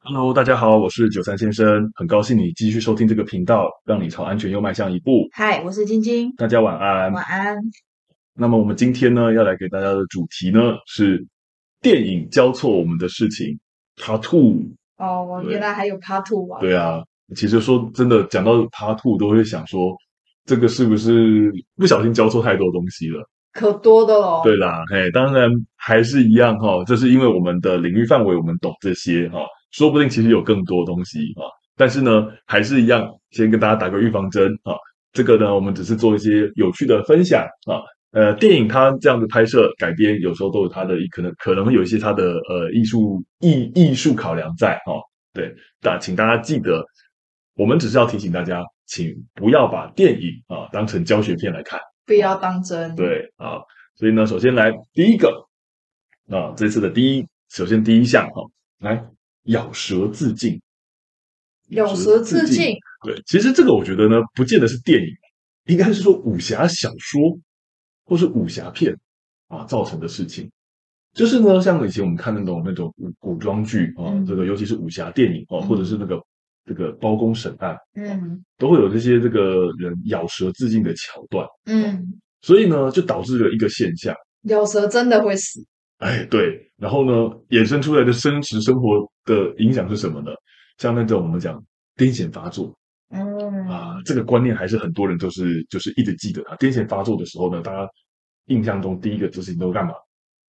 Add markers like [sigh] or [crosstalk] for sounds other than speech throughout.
Hello，大家好，我是九三先生，很高兴你继续收听这个频道，让你朝安全又迈向一步。嗨，我是晶晶，大家晚安。晚安。那么我们今天呢，要来给大家的主题呢是电影交错我们的事情，Part Two。哦，我对原来还有 Part Two 啊。对啊，其实说真的，讲到 Part Two 都会想说，这个是不是不小心交错太多东西了？可多的喽。对啦，嘿，当然还是一样哈、这是因为我们的领域范围我们懂这些哈、说不定其实有更多东西啊、但是呢，还是一样，先跟大家打个预防针啊、这个呢，我们只是做一些有趣的分享啊、呃，电影它这样的拍摄改编，有时候都有它的可能，可能会有一些它的呃艺术艺艺术考量在哈、对，但请大家记得，我们只是要提醒大家，请不要把电影啊、当成教学片来看。不要当真。，对啊，所以呢，首先来第一个啊，这次的第一，首先第一项哈、来咬舌自尽。咬舌自尽。对，其实这个我觉得呢，不见得是电影，应该是说武侠小说或是武侠片啊造成的事情。就是呢，像以前我们看那种那种古古装剧啊，嗯这个尤其是武侠电影啊，或者是那个这个包公审案，嗯都会有这些这个人咬舌自尽的桥段，嗯，所以呢，就导致了一个现象。咬舌真的会死。哎，对，然后呢，衍生出来的真实生活的影响是什么呢？像那种我们讲癫痫发作嗯啊，这个观念还是很多人都是就是一直记得啊它。癫痫发作的时候呢，大家印象中第一个就是你都干嘛？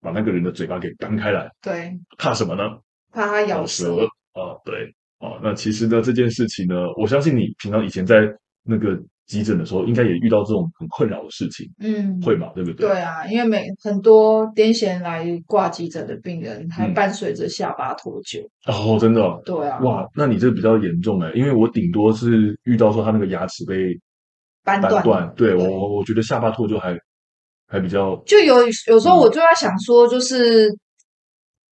把那个人的嘴巴给搬开来，对，怕什么呢？怕他咬舌舌。啊，对啊。那其实呢，这件事情呢，我相信你平常以前在那个急诊的时候，应该也遇到这种很困扰的事情，嗯，会。嘛？对不对？对啊，因为每很多癫痫来挂急诊的病人，还嗯伴随着下巴脱臼。哦，真的哦、对啊，哇，那你这比较严重哎，因为我顶多是遇到说他那个牙齿被扳掰断，对我对我我觉得下巴脱臼还还比较就有有嗯时候我就在想说，就是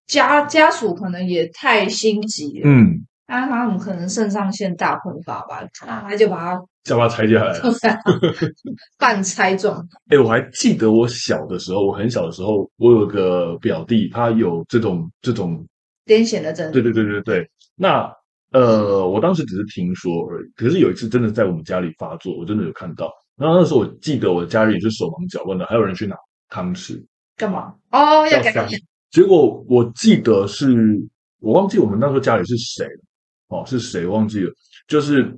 家家属可能也太心急了，嗯啊，他们可能肾上腺大喷发吧，啊，他就把它下巴拆下来 [laughs] 了。半拆状。哎，我还记得我小的时候，我很小的时候，我有个表弟，他有这种这种，癫痫的症对对对对对。那呃，我当时只是听说而已，可是有一次真的在我们家里发作，我真的有看到。然后那时候我记得我家人也是手忙脚乱的，还有人去拿汤匙，干嘛？哦，要要改想，结果我记得是，我忘记我们那时候家里是谁了，哦，是谁忘记了？就是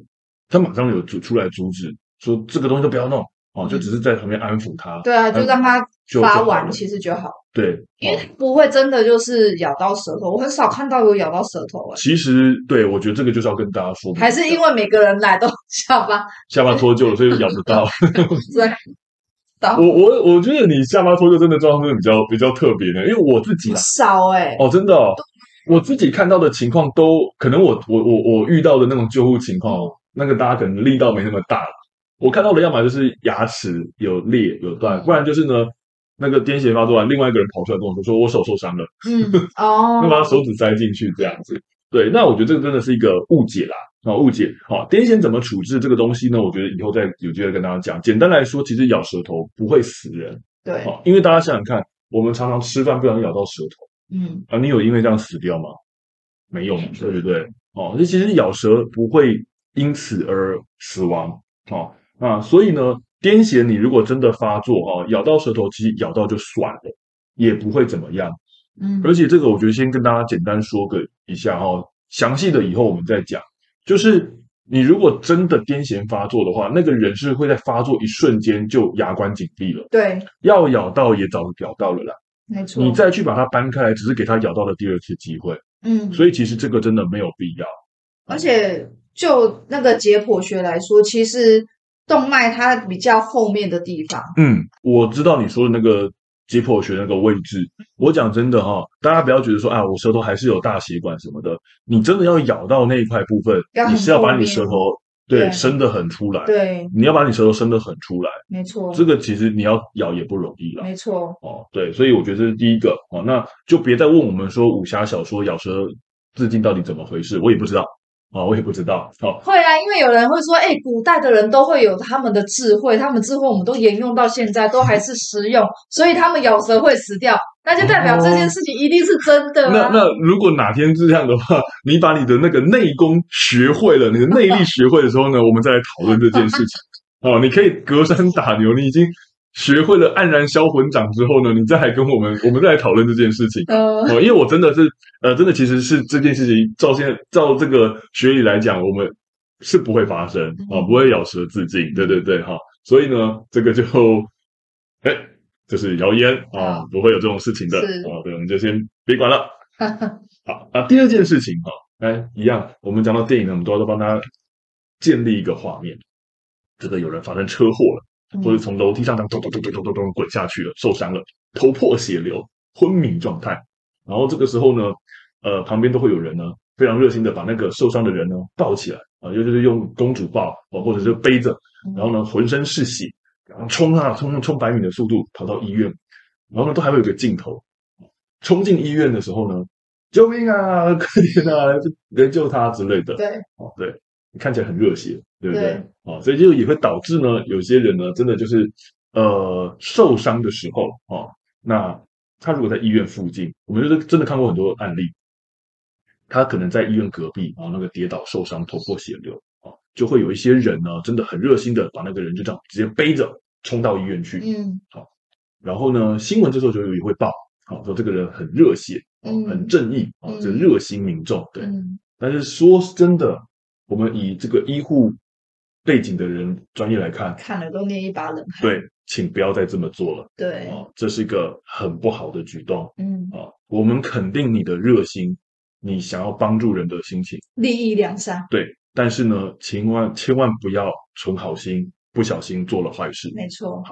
他马上有主出来阻止，说这个东西都不要弄，哦，嗯就只是在旁边安抚他，对啊，就让他嗯就发就好完，了其实就好，对，因为哦他不会真的就是咬到舌头。我很少看到有咬到舌头哎、其实对我觉得这个就是要跟大家说明，还是因为每个人来都 [laughs] 下巴下巴脱臼了，所以咬不 [laughs] 到。 [laughs] 在到我我我觉得你下巴脱臼真的状况是比较比较特别的，因为我自己不啦，少哎、哦，真的、哦，我自己看到的情况都可能我我我我遇到的那种救护情况哦，那个大家可能力道没那么大。我看到的要么就是牙齿有裂有断，不然就是呢那个癫痫发作完，另外一个人跑出来跟我说，说我手受伤了， [laughs] 嗯，那哦，把手指塞进去这样子。对，那我觉得这个真的是一个误解啦，啊、误解。好、癫痫怎么处置这个东西呢？我觉得以后再有机会跟大家讲。简单来说，其实咬舌头不会死人，对，哦，因为大家想想看，我们常常吃饭不小心咬到舌头。嗯，啊，你有因为这样死掉吗？没有嘛，对不对？哦，那其实咬舌不会因此而死亡哦。那所以呢，癫痫你如果真的发作哦，咬到舌头，其实咬到就算了，也不会怎么样。嗯，而且这个我觉得先跟大家简单说个一下哦，详细的以后我们再讲。就是你如果真的癫痫发作的话，那个人是会在发作一瞬间就牙关紧闭了，对，要咬到也早就咬到了啦。没错，你再去把它搬开来，只是给它咬到了第二次机会，嗯，所以其实这个真的没有必要。而且就那个解剖学来说，其实动脉它比较后面的地方，嗯，我知道你说的那个解剖学那个位置，我讲真的哈、大家不要觉得说啊，我舌头还是有大血管什么的，你真的要咬到那一块部分要，很你是要把你后面舌头对对伸得很出来，对，你要把你舌头伸得很出来，没错，这个其实你要咬也不容易啦。没错，哦，对，所以我觉得这是第一个哦，那就别再问我们说武侠小说咬舌自尽到底怎么回事，我也不知道啊、我也不知道。好、会啊，因为有人会说，哎，古代的人都会有他们的智慧，他们智慧我们都沿用到现在，都还是实用，所以他们咬舌会死掉，那就代表这件事情一定是真的、那啊那如果哪天是这样的话，你把你的那个内功学会了，你的内力学会的时候呢，我们再来讨论这件事 [laughs] 情。哦，你可以隔山打牛，你已经学会了黯然销魂掌之后呢，你再来跟我们，我们再来讨论这件事情。 [laughs] 呃，哦，因为我真的是，呃，真的其实是这件事情，照现照这个学理来讲，我们是不会发生啊、哦不会咬舌自尽，对对对，哈、所以呢，这个就，哎，这是谣言啊、啊不会有这种事情的啊是、对，我们就先别管了。好啊，第二件事情哈，哎，一样，我们讲到电影呢，我们都要都帮大家建立一个画面，这个有人发生车祸了。或者从楼梯上这样咚咚咚咚咚咚咚滚下去了，受伤了，头破血流，昏迷状态。然后这个时候呢，呃，旁边都会有人呢，非常热心的把那个受伤的人呢抱起来啊，尤、其是用公主抱啊，或者是背着，然后呢浑身是血，然后冲啊冲冲冲百米的速度跑到医院，然后呢都还会有个镜头，冲进医院的时候呢，救命啊，快点啊，来救他之类的。对，哦，对，你看起来很热血，对不对？对哦，所以就也会导致呢，有些人呢，真的就是呃受伤的时候哦，那他如果在医院附近，我们就是真的看过很多案例，他可能在医院隔壁，哦然后那个跌倒受伤，头破血流哦，就会有一些人呢，真的很热心的把那个人就这样直接背着冲到医院去，嗯然后呢，新闻这时候就也会报，好、说这个人很热血，哦嗯很正义，啊、嗯这热心民众，对。嗯但是说真的，我们以这个医护背景的人专业来看，看了都捏一把冷汗，对，请不要再这么做了对，啊、这是一个很不好的举动嗯，啊、我们肯定你的热心，你想要帮助人的心情，利益两善，对。但是呢，千万千万不要存好心，不小心做了坏事。没错，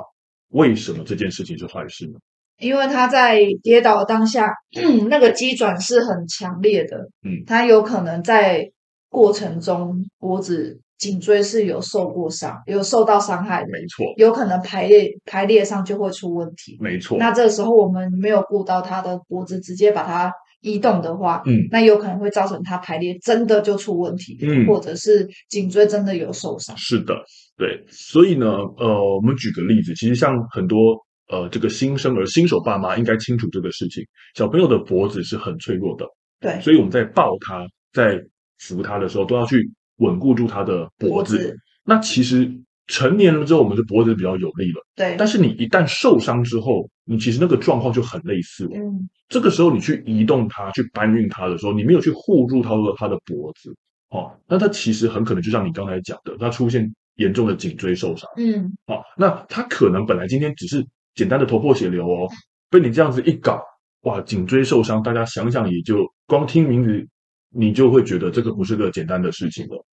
为什么这件事情是坏事呢？因为他在跌倒的当下， [clears throat] 那个急转是很强烈的，嗯，他有可能在过程中脖子、颈椎是有受过伤，有受到伤害的，没错，有可能排列排列上就会出问题。没错。那这时候我们没有顾到他的脖子，直接把它移动的话，嗯那有可能会造成他排列真的就出问题，嗯或者是颈椎真的有受伤。是的，对，所以呢，呃，我们举个例子，其实像很多呃这个新生儿、新手爸妈应该清楚这个事情，小朋友的脖子是很脆弱的，对，所以我们在抱他、在扶他的时候，都要去稳固住他的脖子。那其实成年了之后，我们的脖子比较有力了，对，但是你一旦受伤之后，你其实那个状况就很类似了。嗯，这个时候你去移动它、去搬运它的时候，你没有去护住它的它的脖子，哦，那它其实很可能就像你刚才讲的，它出现严重的颈椎受伤，嗯，哦，那它可能本来今天只是简单的头破血流哦，被你这样子一搞，哇，颈椎受伤，大家想想也就光听名字，你就会觉得这个不是个简单的事情了。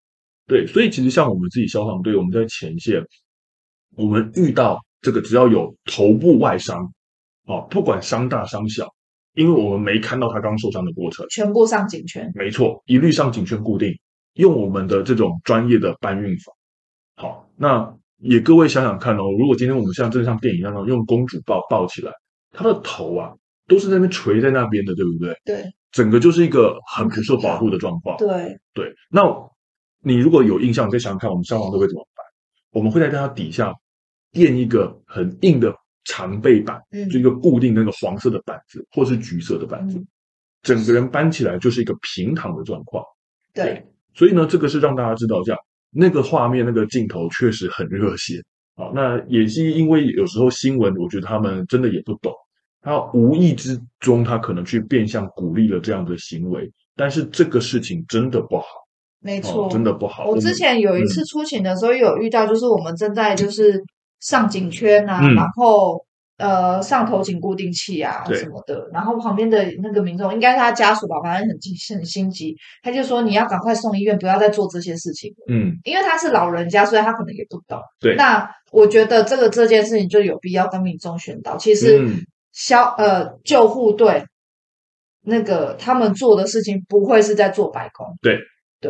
对，所以其实像我们自己消防队，我们在前线，我们遇到这个只要有头部外伤，哦，不管伤大伤小，因为我们没看到他刚受伤的过程，全部上颈圈，没错，一律上颈圈固定，用我们的这种专业的搬运法。好，那也各位想想看哦，如果今天我们像真的像电影一样用公主抱抱起来，她的头啊都是在那边垂在那边的，对不对？对，整个就是一个很不受保护的状况。对，对，那你如果有印象，你再想想看，我们消防队会怎么办？我们会在它底下垫一个很硬的长背板，嗯，就一个固定的那个黄色的板子或是橘色的板子，嗯整个人搬起来就是一个平躺的状况。对，所以呢，这个是让大家知道一下，那个画面、那个镜头确实很热血。好，那也是因为有时候新闻，我觉得他们真的也不懂，他无意之中他可能去变相鼓励了这样的行为，但是这个事情真的不好，没没错，哦真的不好。我之们嗯前有一次出勤的时候，有遇到，就是我们正在就是上颈圈啊，嗯然后呃上头颈固定器啊对什么的，然后旁边的那个民众，应该是他家属吧，反正很心很心急，他就说你要赶快送医院，不要再做这些事情了，嗯，因为他是老人家，所以他可能也不懂。对那我觉得这个这件事情就有必要跟民众宣导，其实嗯消、呃救护队那个他们做的事情不会是在做白工，对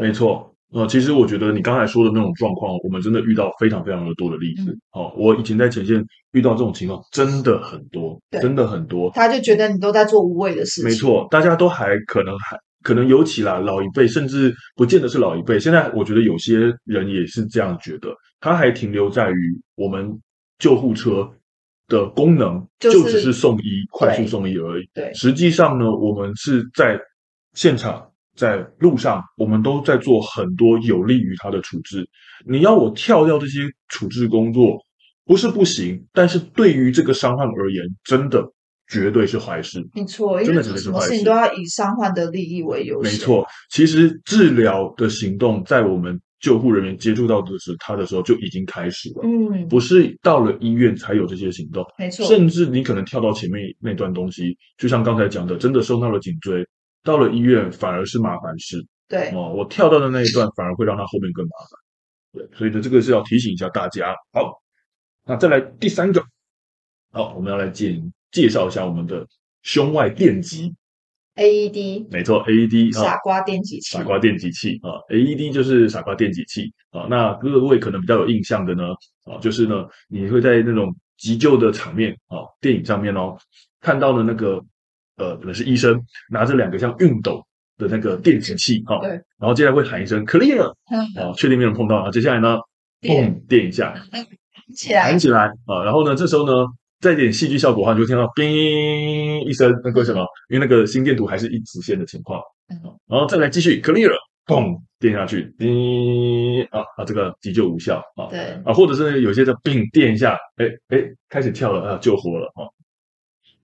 没错。呃，其实我觉得你刚才说的那种状况，我们真的遇到非常非常的多的例子嗯。哦，我以前在前线遇到这种情况真的很多，对真的很多。他就觉得你都在做无谓的事情。没错，大家都还可能还可能尤其啦，老一辈甚至不见得是老一辈，现在我觉得有些人也是这样觉得，他还停留在于我们救护车的功能就就是只是送医、快速送医而已。对实际上呢，我们是在现场、在路上，我们都在做很多有利于他的处置。你要我跳掉这些处置工作，不是不行，但是对于这个伤患而言，真的绝对是坏事。没错，因真的为只做是什么坏事情事都要以伤患的利益为优没先。，错，其实治疗的行动在我们救护人员接触到的是他的时候就已经开始了，嗯，不是到了医院才有这些行动。没错，甚至你可能跳到前面那段东西，就像刚才讲的，真的受到了颈椎，到了医院反而是麻烦事对，哦。我跳到的那一段反而会让他后面更麻烦。对，所以呢，这个是要提醒一下大家。好，那再来第三个，好，我们要来介介绍一下我们的胸外电极， AED 没错，AED 啊 E 傻，瓜电击器傻，瓜电极器啊，AED 就是傻瓜电极器啊。那各位可能比较有印象的呢，啊，就是呢，你会在那种急救的场面啊，电影上面哦，看到的那个呃，可能是医生拿着两个像熨斗的那个电极器哈，对然后接下来会喊一声 clear 嗯啊，确定没有人碰到，然后接下来呢，电砰电一下，起来弹，起来啊，然后呢，这时候呢。再一点戏剧效果的话，你就会听到“叮”一声，那个什么？因为那个心电图还是一直线的情况，嗯然后再来继续 clear，砰，电下去，滴啊啊，这个急救无效啊对，啊，或者是有些的病电一下，哎哎，开始跳了啊，救活了啊，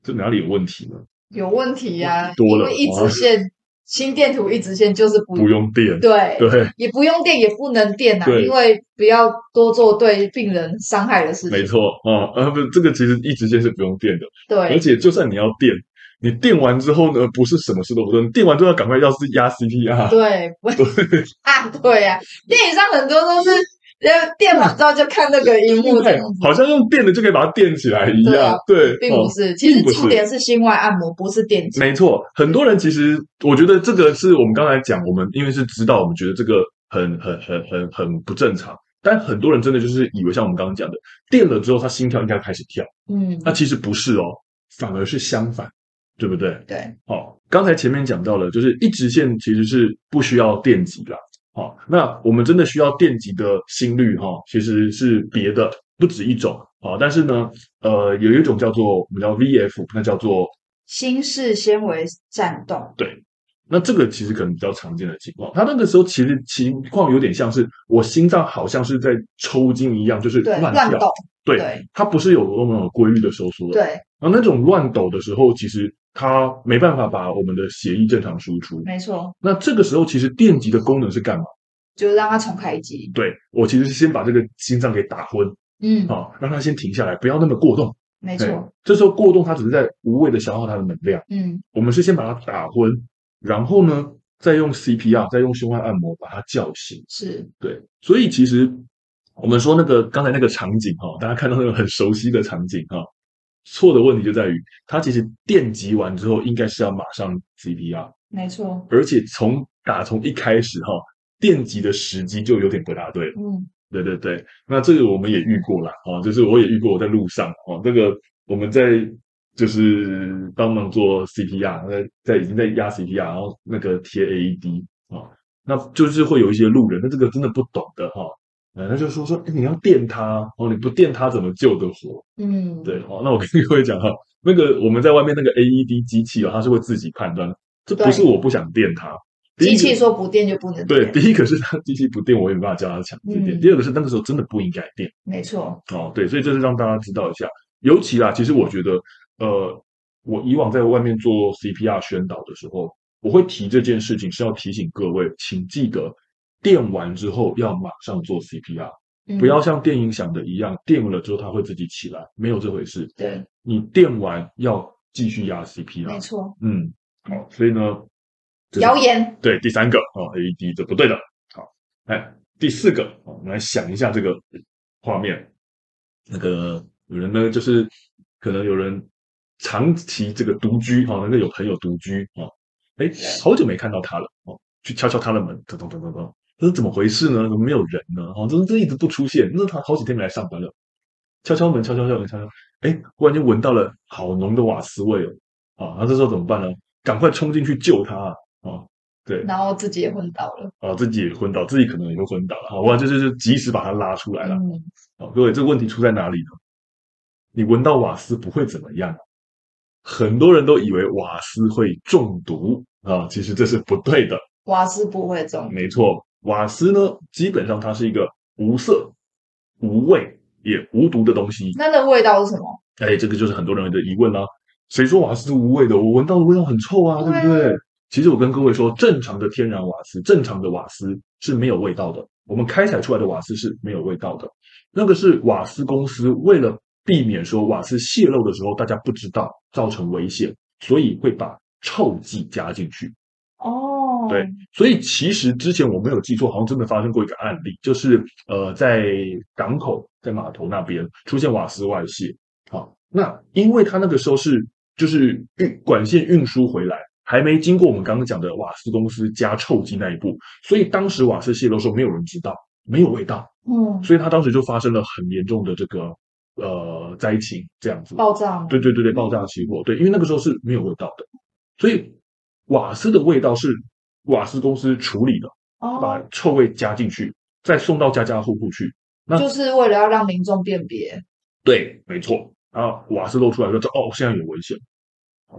这哪里有问题呢？有问题呀、哦多因了为一哇直线心电图一直线就是不不用电，对。对，也不用电，也不能电啊，对因为不要多做对病人伤害的事没情。错啊，呃，不，这个其实一直线是不用电的，而对，且就算你要电，你电完之后呢，不是什么事都不做，你电完之后要赶快要是压 CPR，对，不 [laughs] 啊，对呀、电影上很多都是，呃，电完之后就看那个荧幕这样子，好像用电的就可以把它电起来一对啊样，对，并哦不是。其实并不是重点是心外按摩，不是电击。没错，很多人其实我觉得这个是我们刚才讲，我们因为是知道，我们觉得这个很很很很很不正常。但很多人真的就是以为像我们刚刚讲的，电了之后他心跳应该开始跳，嗯，那其实不是哦，反而是相反，对不对？对，哦，刚才前面讲到了，就是一直线其实是不需要电极啦。好、哦，那我们真的需要电极的心率哈、其实是别的，不止一种。好、但是呢，呃，有一种叫做我们叫 VF，那叫做心室纤维颤动，那这个其实可能比较常见的情况，他那个时候其实情况有点像是我心脏好像是在抽筋一样，就是对，乱乱跳，动，对，对它不是有那么有规律的收缩的。对，然后那种乱抖的时候，其实它没办法把我们的血液正常输出。没错，那这个时候，其实电极的功能是干嘛？就让它重开机。对我其实是先把这个心脏给打昏嗯，啊，让它先停下来，不要那么过动。没对错，这时候过动，它只是在无谓的消耗它的能量。嗯，我们是先把它打昏，然后呢，再用 CPR，再用胸外按摩把它叫醒。是，对，所以其实我们说那个刚才那个场景哈、大家看到那个很熟悉的场景哈、错的问题就在于它其实电击完之后应该是要马上 CPR，没错，而且从打从一开始哈、电击的时机就有点不大对了。嗯，对对对，那这个我们也遇过啦，哦，就是我也遇过，我在路上哦，这个我们在就是帮忙做 CPR，在在已经在压 CPR，然后那个贴 AED 哦，那就是会有一些路人，那这个真的不懂的哈、哦，呃，他就说说诶你要电他哦，你不电他怎么救得活？嗯，对哦，那我跟各位讲哈、那个我们在外面那个 AED 机器哦，它是会自己判断，这不是对我不想电它，第一机个器说不电就不能对，电，第一个是他机器不电，我也没办法叫他强制电；嗯第二个是那个时候真的不应该电没错，哦，对，所以这是让大家知道一下。尤其啦，其实我觉得，呃，我以往在外面做 CPR 宣导的时候，我会提这件事情，是要提醒各位，请记得电完之后要马上做 CPR，嗯不要像电影想的一样，电了之后它会自己起来，没有这回事。对，你电完要继续压没 CPR，错，嗯，好、所以呢，这是谣言，对，第三个哦，AED 这不对的。好，来第四个哦，我们来想一下这个画面。那个有人呢，就是可能有人长期这个独居哦，那个有朋友独居哦，哎，好久没看到他了哦，去敲敲他的门，咚咚咚咚咚，这是怎么回事呢？怎么没有人呢？哦，这这一直不出现，那他好几天没来上班了。敲敲门，敲敲敲门，敲敲，哎，忽然间闻到了好浓的瓦斯味哦，啊，那这时候怎么办呢？赶快冲进去救他啊！哦对，然后自己也昏倒了，啊，自己也昏倒，自己可能也会昏倒了，好吧，这就是及时把他拉出来了。嗯，好，各位，这个问题出在哪里呢？你闻到瓦斯不会怎么样。啊很多人都以为瓦斯会中毒啊，其实这是不对的。瓦斯不会中，没错，瓦斯呢，基本上它是一个无色、无味也无毒的东西。那那味道是什么？哎，这个就是很多人的疑问啦、啊谁说瓦斯是无味的？我闻到的味道很臭啊，对不对啊对？其实我跟各位说，正常的天然瓦斯，正常的瓦斯是没有味道的。我们开采出来的瓦斯是没有味道的。那个是瓦斯公司为了避免说瓦斯泄漏的时候大家不知道造成危险，所以会把臭剂加进去。哦，对，所以其实之前我没有记错，好像真的发生过一个案例，就是呃，在港口在码头那边出现瓦斯外泄。好，那因为它那个时候是就是运管线运输回来，还没经过我们刚刚讲的瓦斯公司加臭剂那一步，所以当时瓦斯泄漏的时候没有人知道，没有味道，嗯，所以它当时就发生了很严重的这个呃灾情这样子。爆炸吗？对对对对，爆炸起火，对，因为那个时候是没有味道的，所以瓦斯的味道是瓦斯公司处理的，把哦，臭味加进去，再送到家家户户去。那就是为了要让民众辨别，对，没错。然后瓦斯漏出来说，哦，现在有危险。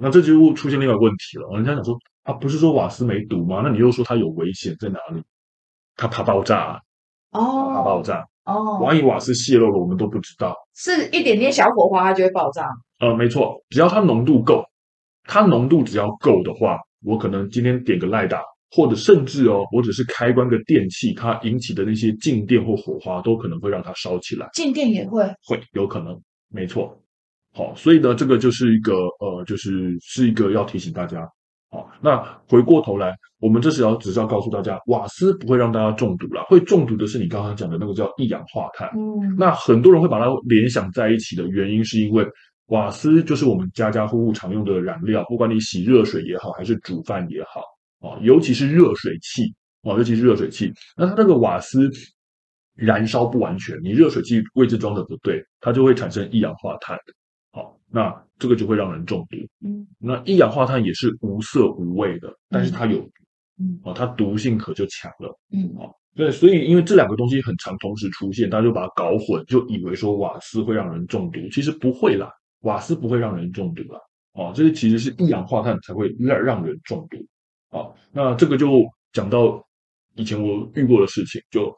那这就出现另外一个问题了，人家想说啊，不是说瓦斯没毒吗？那你又说它有危险在哪里？它怕爆炸啊，怕哦爆炸，哦，万一瓦斯泄漏了，我们都不知道。是一点点小火花它就会爆炸，呃，没错，只要它浓度够，它浓度只要够的话，我可能今天点个赖打，或者甚至哦，我只是开关个电器，它引起的那些静电或火花都可能会让它烧起来，静电也会，会有可能，没错。好，所以呢，这个就是一个呃，就是是一个要提醒大家。好，那回过头来，我们这时候只是要告诉大家，瓦斯不会让大家中毒啦，会中毒的是你刚刚讲的那个叫一氧化碳。嗯，那很多人会把它联想在一起的原因，是因为瓦斯就是我们家家户户常用的燃料，不管你洗热水也好，还是煮饭也好，啊，尤其是热水器，啊，尤其是热水器，那它那个瓦斯燃烧不完全，你热水器位置装的不对，它就会产生一氧化碳，好，那这个就会让人中毒。嗯那一氧化碳也是无色无味的，但是它有毒，嗯啊，它毒性可就强了。嗯，对，所以因为这两个东西很常同时出现，大家就把它搞混，就以为说瓦斯会让人中毒，其实不会啦，瓦斯不会让人中毒啦。哦，这个其实是一氧化碳才会让让人中毒。哦，那这个就讲到以前我遇过的事情，就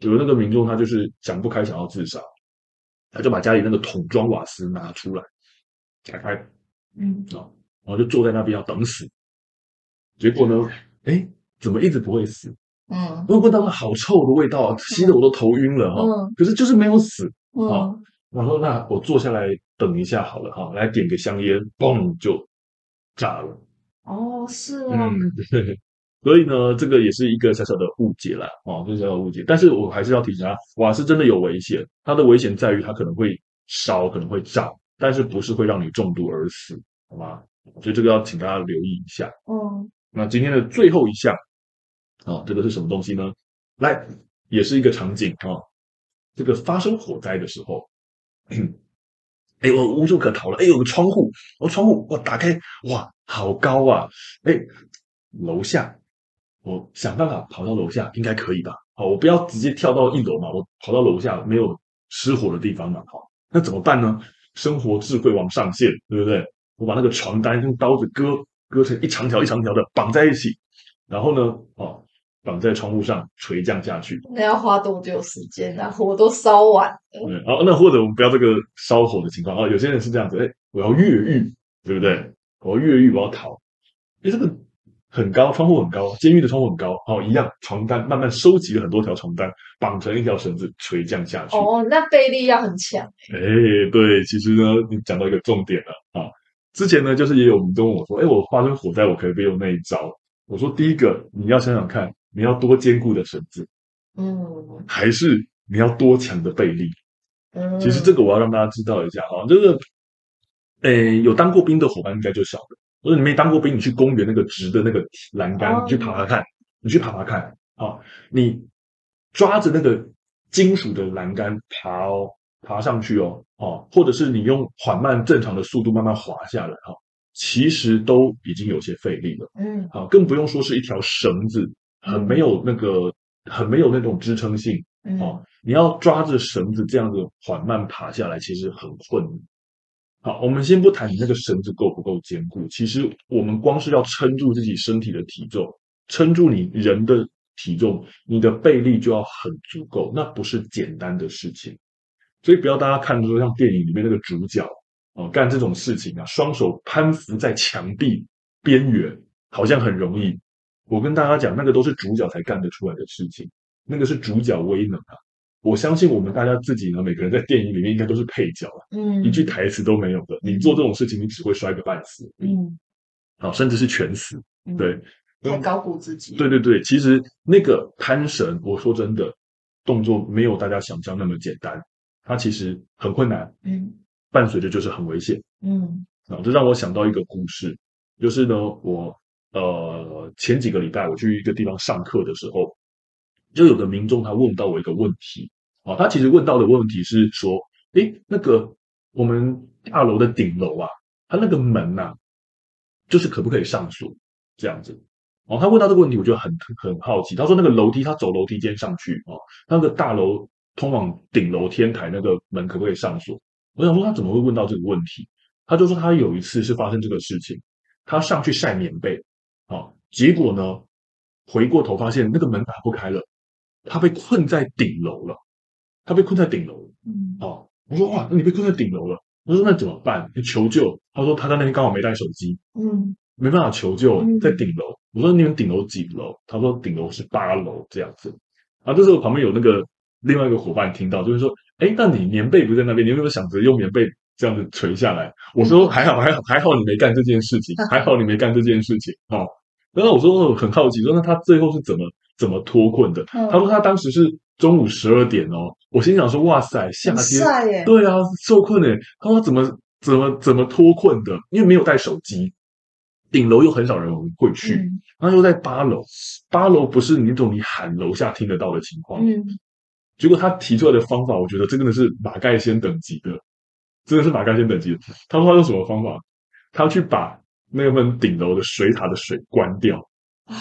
有那个民众他就是想不开，想要自杀，他就把家里那个桶装瓦斯拿出来，打开，然嗯，后就坐在那边要等死。结果呢，哎，怎么一直不会死？嗯闻闻到了好臭的味道啊，吸得我都头晕了哈、嗯可是就是没有死。好嗯，我说那我坐下来等一下好了哈、来点个香烟，嘣就炸了。哦，是啊，嗯， [laughs] 对。所以呢，这个也是一个小小的误解啦，哦，就是小小的误解。但是我还是要提醒他，瓦斯真的有危险，它的危险在于它可能会烧，可能会炸，但是不是会让你中毒而死，好吗？所以这个要请大家留意一下。嗯，那今天的最后一项，啊、这个是什么东西呢？来，也是一个场景啊、这个发生火灾的时候， [clears throat] 哎，我无处可逃了，哎，有个窗户，我、窗户我打开，哇，好高啊，哎，楼下，我想办法跑到楼下，应该可以吧？好，我不要直接跳到一楼嘛，我跑到楼下没有失火的地方嘛，好，那怎么办呢？生活智慧王上线，对不对？我把那个床单用刀子割割成一长条一长条的绑在一起，然后呢，哦，绑在窗户上垂降下去。那要花多久时间啊？火都烧完，对，哦，那或者我们不要这个烧火的情况哦。有些人是这样子，哎，我要越狱，对不对？我要越狱，我要逃。哎，这个很高，窗户很高，监狱的窗户很高，哦，一样，床单慢慢收集了很多条床单，绑成一条绳子垂降下去。哦，那背力要很强，哎，对，其实呢，你讲到一个重点了啊。之前呢，就是也有人都问我说，哎，我发生火灾，我可不可以用那一招？我说，第一个，你要想想看，你要多坚固的绳子，嗯还是你要多强的背力？嗯，其实这个我要让大家知道一下哈，就是，诶，有当过兵的伙伴应该就晓得。我说你没当过兵，你去公园那个直的那个栏杆，哦你去爬爬看，你去爬爬看啊、你抓着那个金属的栏杆爬哦，爬上去哦，哦，或者是你用缓慢正常的速度慢慢滑下来哈、其实都已经有些费力了。嗯啊，更不用说是一条绳子，很没有那个，很没有那种支撑性嗯哦。你要抓着绳子这样子缓慢爬下来，其实很困好，我们先不谈你那个绳子够不够坚固，其实我们光是要撑住自己身体的体重，撑住你人的体重，你的背力就要很足够，那不是简单的事情。所以不要大家看说像电影里面那个主角哦、干这种事情啊，双手攀扶在墙壁边缘，好像很容易。我跟大家讲，那个都是主角才干得出来的事情，那个是主角威能啊。我相信我们大家自己呢，每个人在电影里面应该都是配角啊。嗯，一句台词都没有的，你做这种事情，你只会摔个半死，嗯，好，甚至是全死。嗯对，太高估自己，对对对，其实那个攀绳，我说真的，动作没有大家想象那么简单，它其实很困难，嗯伴随着就是很危险。嗯啊，这让我想到一个故事，就是呢，我呃前几个礼拜我去一个地方上课的时候，就有个民众他问到我一个问题啊，他其实问到的问题是说，诶，那个我们大楼的顶楼啊，它那个门呐、就是可不可以上锁这样子？哦，他问到这个问题，我就很很好奇。他说那个楼梯，他走楼梯间上去哦，那个大楼通往顶楼天台那个门可不可以上锁？我想说他怎么会问到这个问题？他就说他有一次是发生这个事情，他上去晒棉被，啊，结果呢，回过头发现那个门打不开了，他被困在顶楼了，他被困在顶楼了。嗯哦，我说哇，你被困在顶楼了。我说那怎么办？求救？他说他在那天刚好没带手机，嗯没办法求救嗯，在顶楼。我说你们顶楼几楼？他说顶楼是八楼这样子。啊，这时候旁边有那个另外一个伙伴听到，就是说，哎，那你棉被不在那边，你有没有想着用棉被这样子垂下来？我嗯说还好，还好，还好你没干这件事 [laughs] 情，还好你没干这件事情。哦，然后我说我很好奇，说那他最后是怎么怎么脱困的？嗯，他说他当时是中午十二点哦，我心想说哇塞，夏很天帅耶，对啊，受困哎、他说怎么怎么怎么脱困的？因为没有带手机，顶楼又很少人会去，嗯然后又在八楼，八楼不是你那种你喊楼下听得到的情况。嗯结果他提出来的方法，我觉得这真的是马盖先等级的，真的是马盖先等级的。他说他用什么方法？他去把那份顶楼的水塔的水关掉。啊，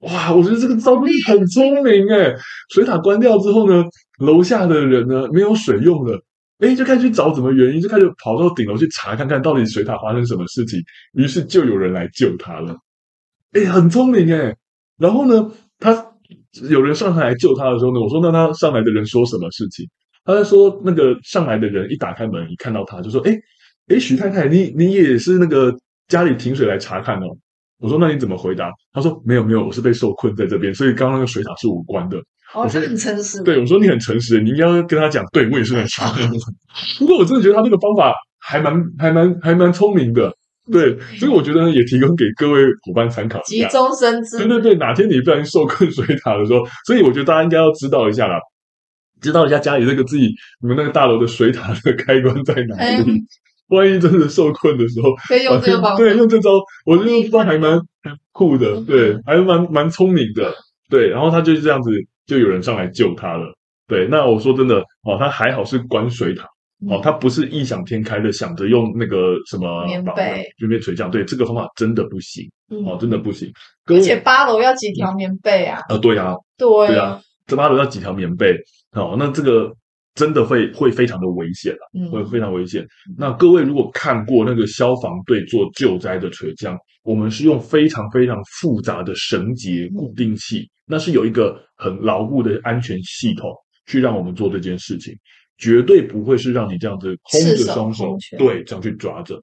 哇，我觉得这个招力很聪明哎！水塔关掉之后呢，楼下的人呢没有水用了，哎，就开始去找什么原因，就开始跑到顶楼去查看看到底水塔发生什么事情。于是就有人来救他了，哎，很聪明哎。然后呢，他有人上来救他的时候呢，我说那他上来的人说什么事情？他就说那个上来的人一打开门一看到他就说，哎哎，许太太，你你也是那个家里停水来查看哦。我说那你怎么回答？他说没有没有，我是被受困在这边，所以刚刚那个水塔是无关的。哦，我这说很诚实，对，我说你很诚实，你应该跟他讲，对我也是在查。 [laughs] 不过我真的觉得他这个方法还蛮还蛮还蛮聪明的，对，所以我觉得呢也提供给各位伙伴参考一急下。中生智，对对对，哪天你不小心受困水塔的时候， [laughs] 所以我觉得大家应该要知道一下啦，知道一下家里这个自己你们那个大楼的水塔的开关在哪哎里。万一真的受困的时候，可以用这个方法，对，用这招，我觉得这招还蛮蛮酷的，对，还蛮蛮聪明的，对。然后他就是这样子，就有人上来救他了，对。那我说真的，哦，他还好是关水塔，嗯哦，他不是异想天开的想着用那个什么棉把被棉被垂降，对，这个方法真的不行，嗯哦，真的不行。而且八楼要几条棉被啊？呃，对啊，对对啊，这八楼要几条棉被，哦，那这个真的会会非常的危险。啊嗯，会非常危险。那各位如果看过那个消防队做救灾的垂降，我们是用非常非常复杂的绳嗯结固定器，那是有一个很牢固的安全系统去让我们做这件事情，绝对不会是让你这样子空着赤手双空手拳对这样去抓着。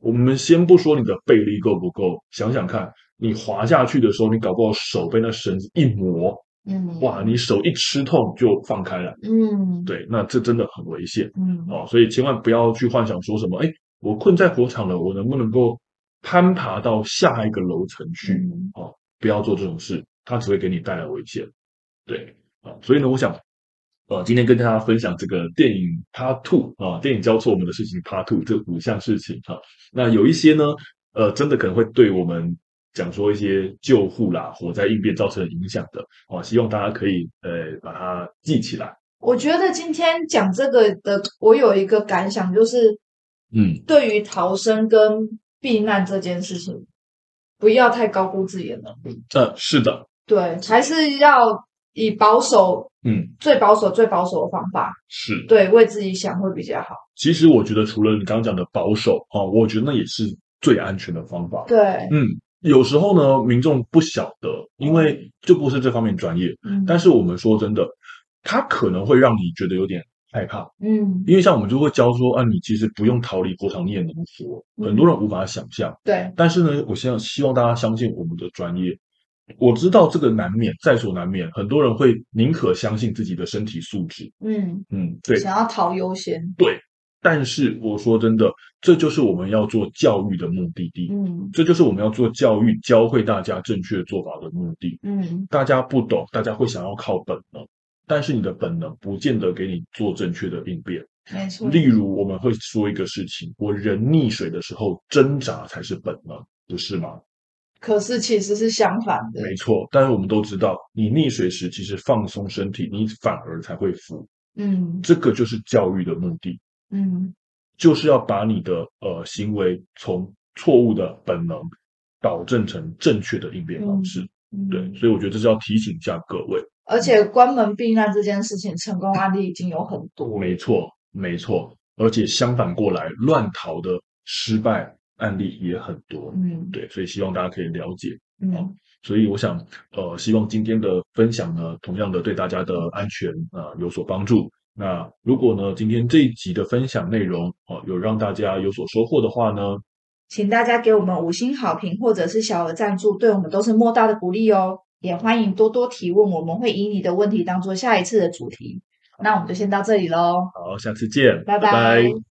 我们先不说你的背力够不够，想想看，你滑下去的时候，你搞不好手被那绳子一磨，嗯，哇，你手一吃痛就放开了，嗯，对，那这真的很危险。嗯，哦，所以千万不要去幻想说什么，哎，我困在火场了，我能不能够攀爬到下一个楼层去？嗯不要做这种事，它只会给你带来危险。对啊，所以呢，我想，呃，今天跟大家分享这个电影 Part Two 啊，电影教错我们的事情 Part Two 这五项事情啊，那有一些呢，呃，真的可能会对我们讲说一些救护啦、火灾应变造成影响的啊，希望大家可以呃把它记起来。我觉得今天讲这个的，我有一个感想，就是嗯，对于逃生跟避难这件事情，不要太高估自己的能力，呃，是的，对，还是要以保守、嗯，最保守、最保守的方法，是。对，为自己想会比较好。其实我觉得除了你刚刚讲的保守啊、哦我觉得那也是最安全的方法。对，嗯，有时候呢，民众不晓得，因为就不是这方面专业。嗯，但是我们说真的，它可能会让你觉得有点害怕，嗯，因为像我们就会教说啊，你其实不用逃离国场，你也能活。嗯很多人无法想象，对，但是呢，我希望希望大家相信我们的专业。我知道这个难免，在所难免，很多人会宁可相信自己的身体素质。嗯，嗯，对。想要逃优先，但是我说真的，这就是我们要做教育的目的地，嗯这就是我们要做教育，教会大家正确做法的目的。嗯，大家不懂，大家会想要靠本能，但是你的本能不见得给你做正确的应变。没错，例如，我们会说一个事情：我人溺水的时候挣扎才是本能，不是吗？可是其实是相反的，没错。但是我们都知道，你溺水时其实放松身体，你反而才会浮。嗯这个就是教育的目的，嗯就是要把你的呃行为从错误的本能导正成正确的应变方式。嗯，对，所以我觉得这是要提醒一下各位。而且关门避难这件事情，成功案例已经有很多。没错，没错，而且相反过来，乱逃的失败案例也很多。嗯对，所以希望大家可以了解。嗯，所以我想，呃，希望今天的分享呢，同样的对大家的安全啊、呃有所帮助。那如果呢，今天这一集的分享内容哦、有让大家有所收获的话呢，请大家给我们五星好评或者是小额赞助，对我们都是莫大的鼓励哦。也欢迎多多提问，我们会以你的问题当做下一次的主题。那我们就先到这里喽，好，下次见，拜拜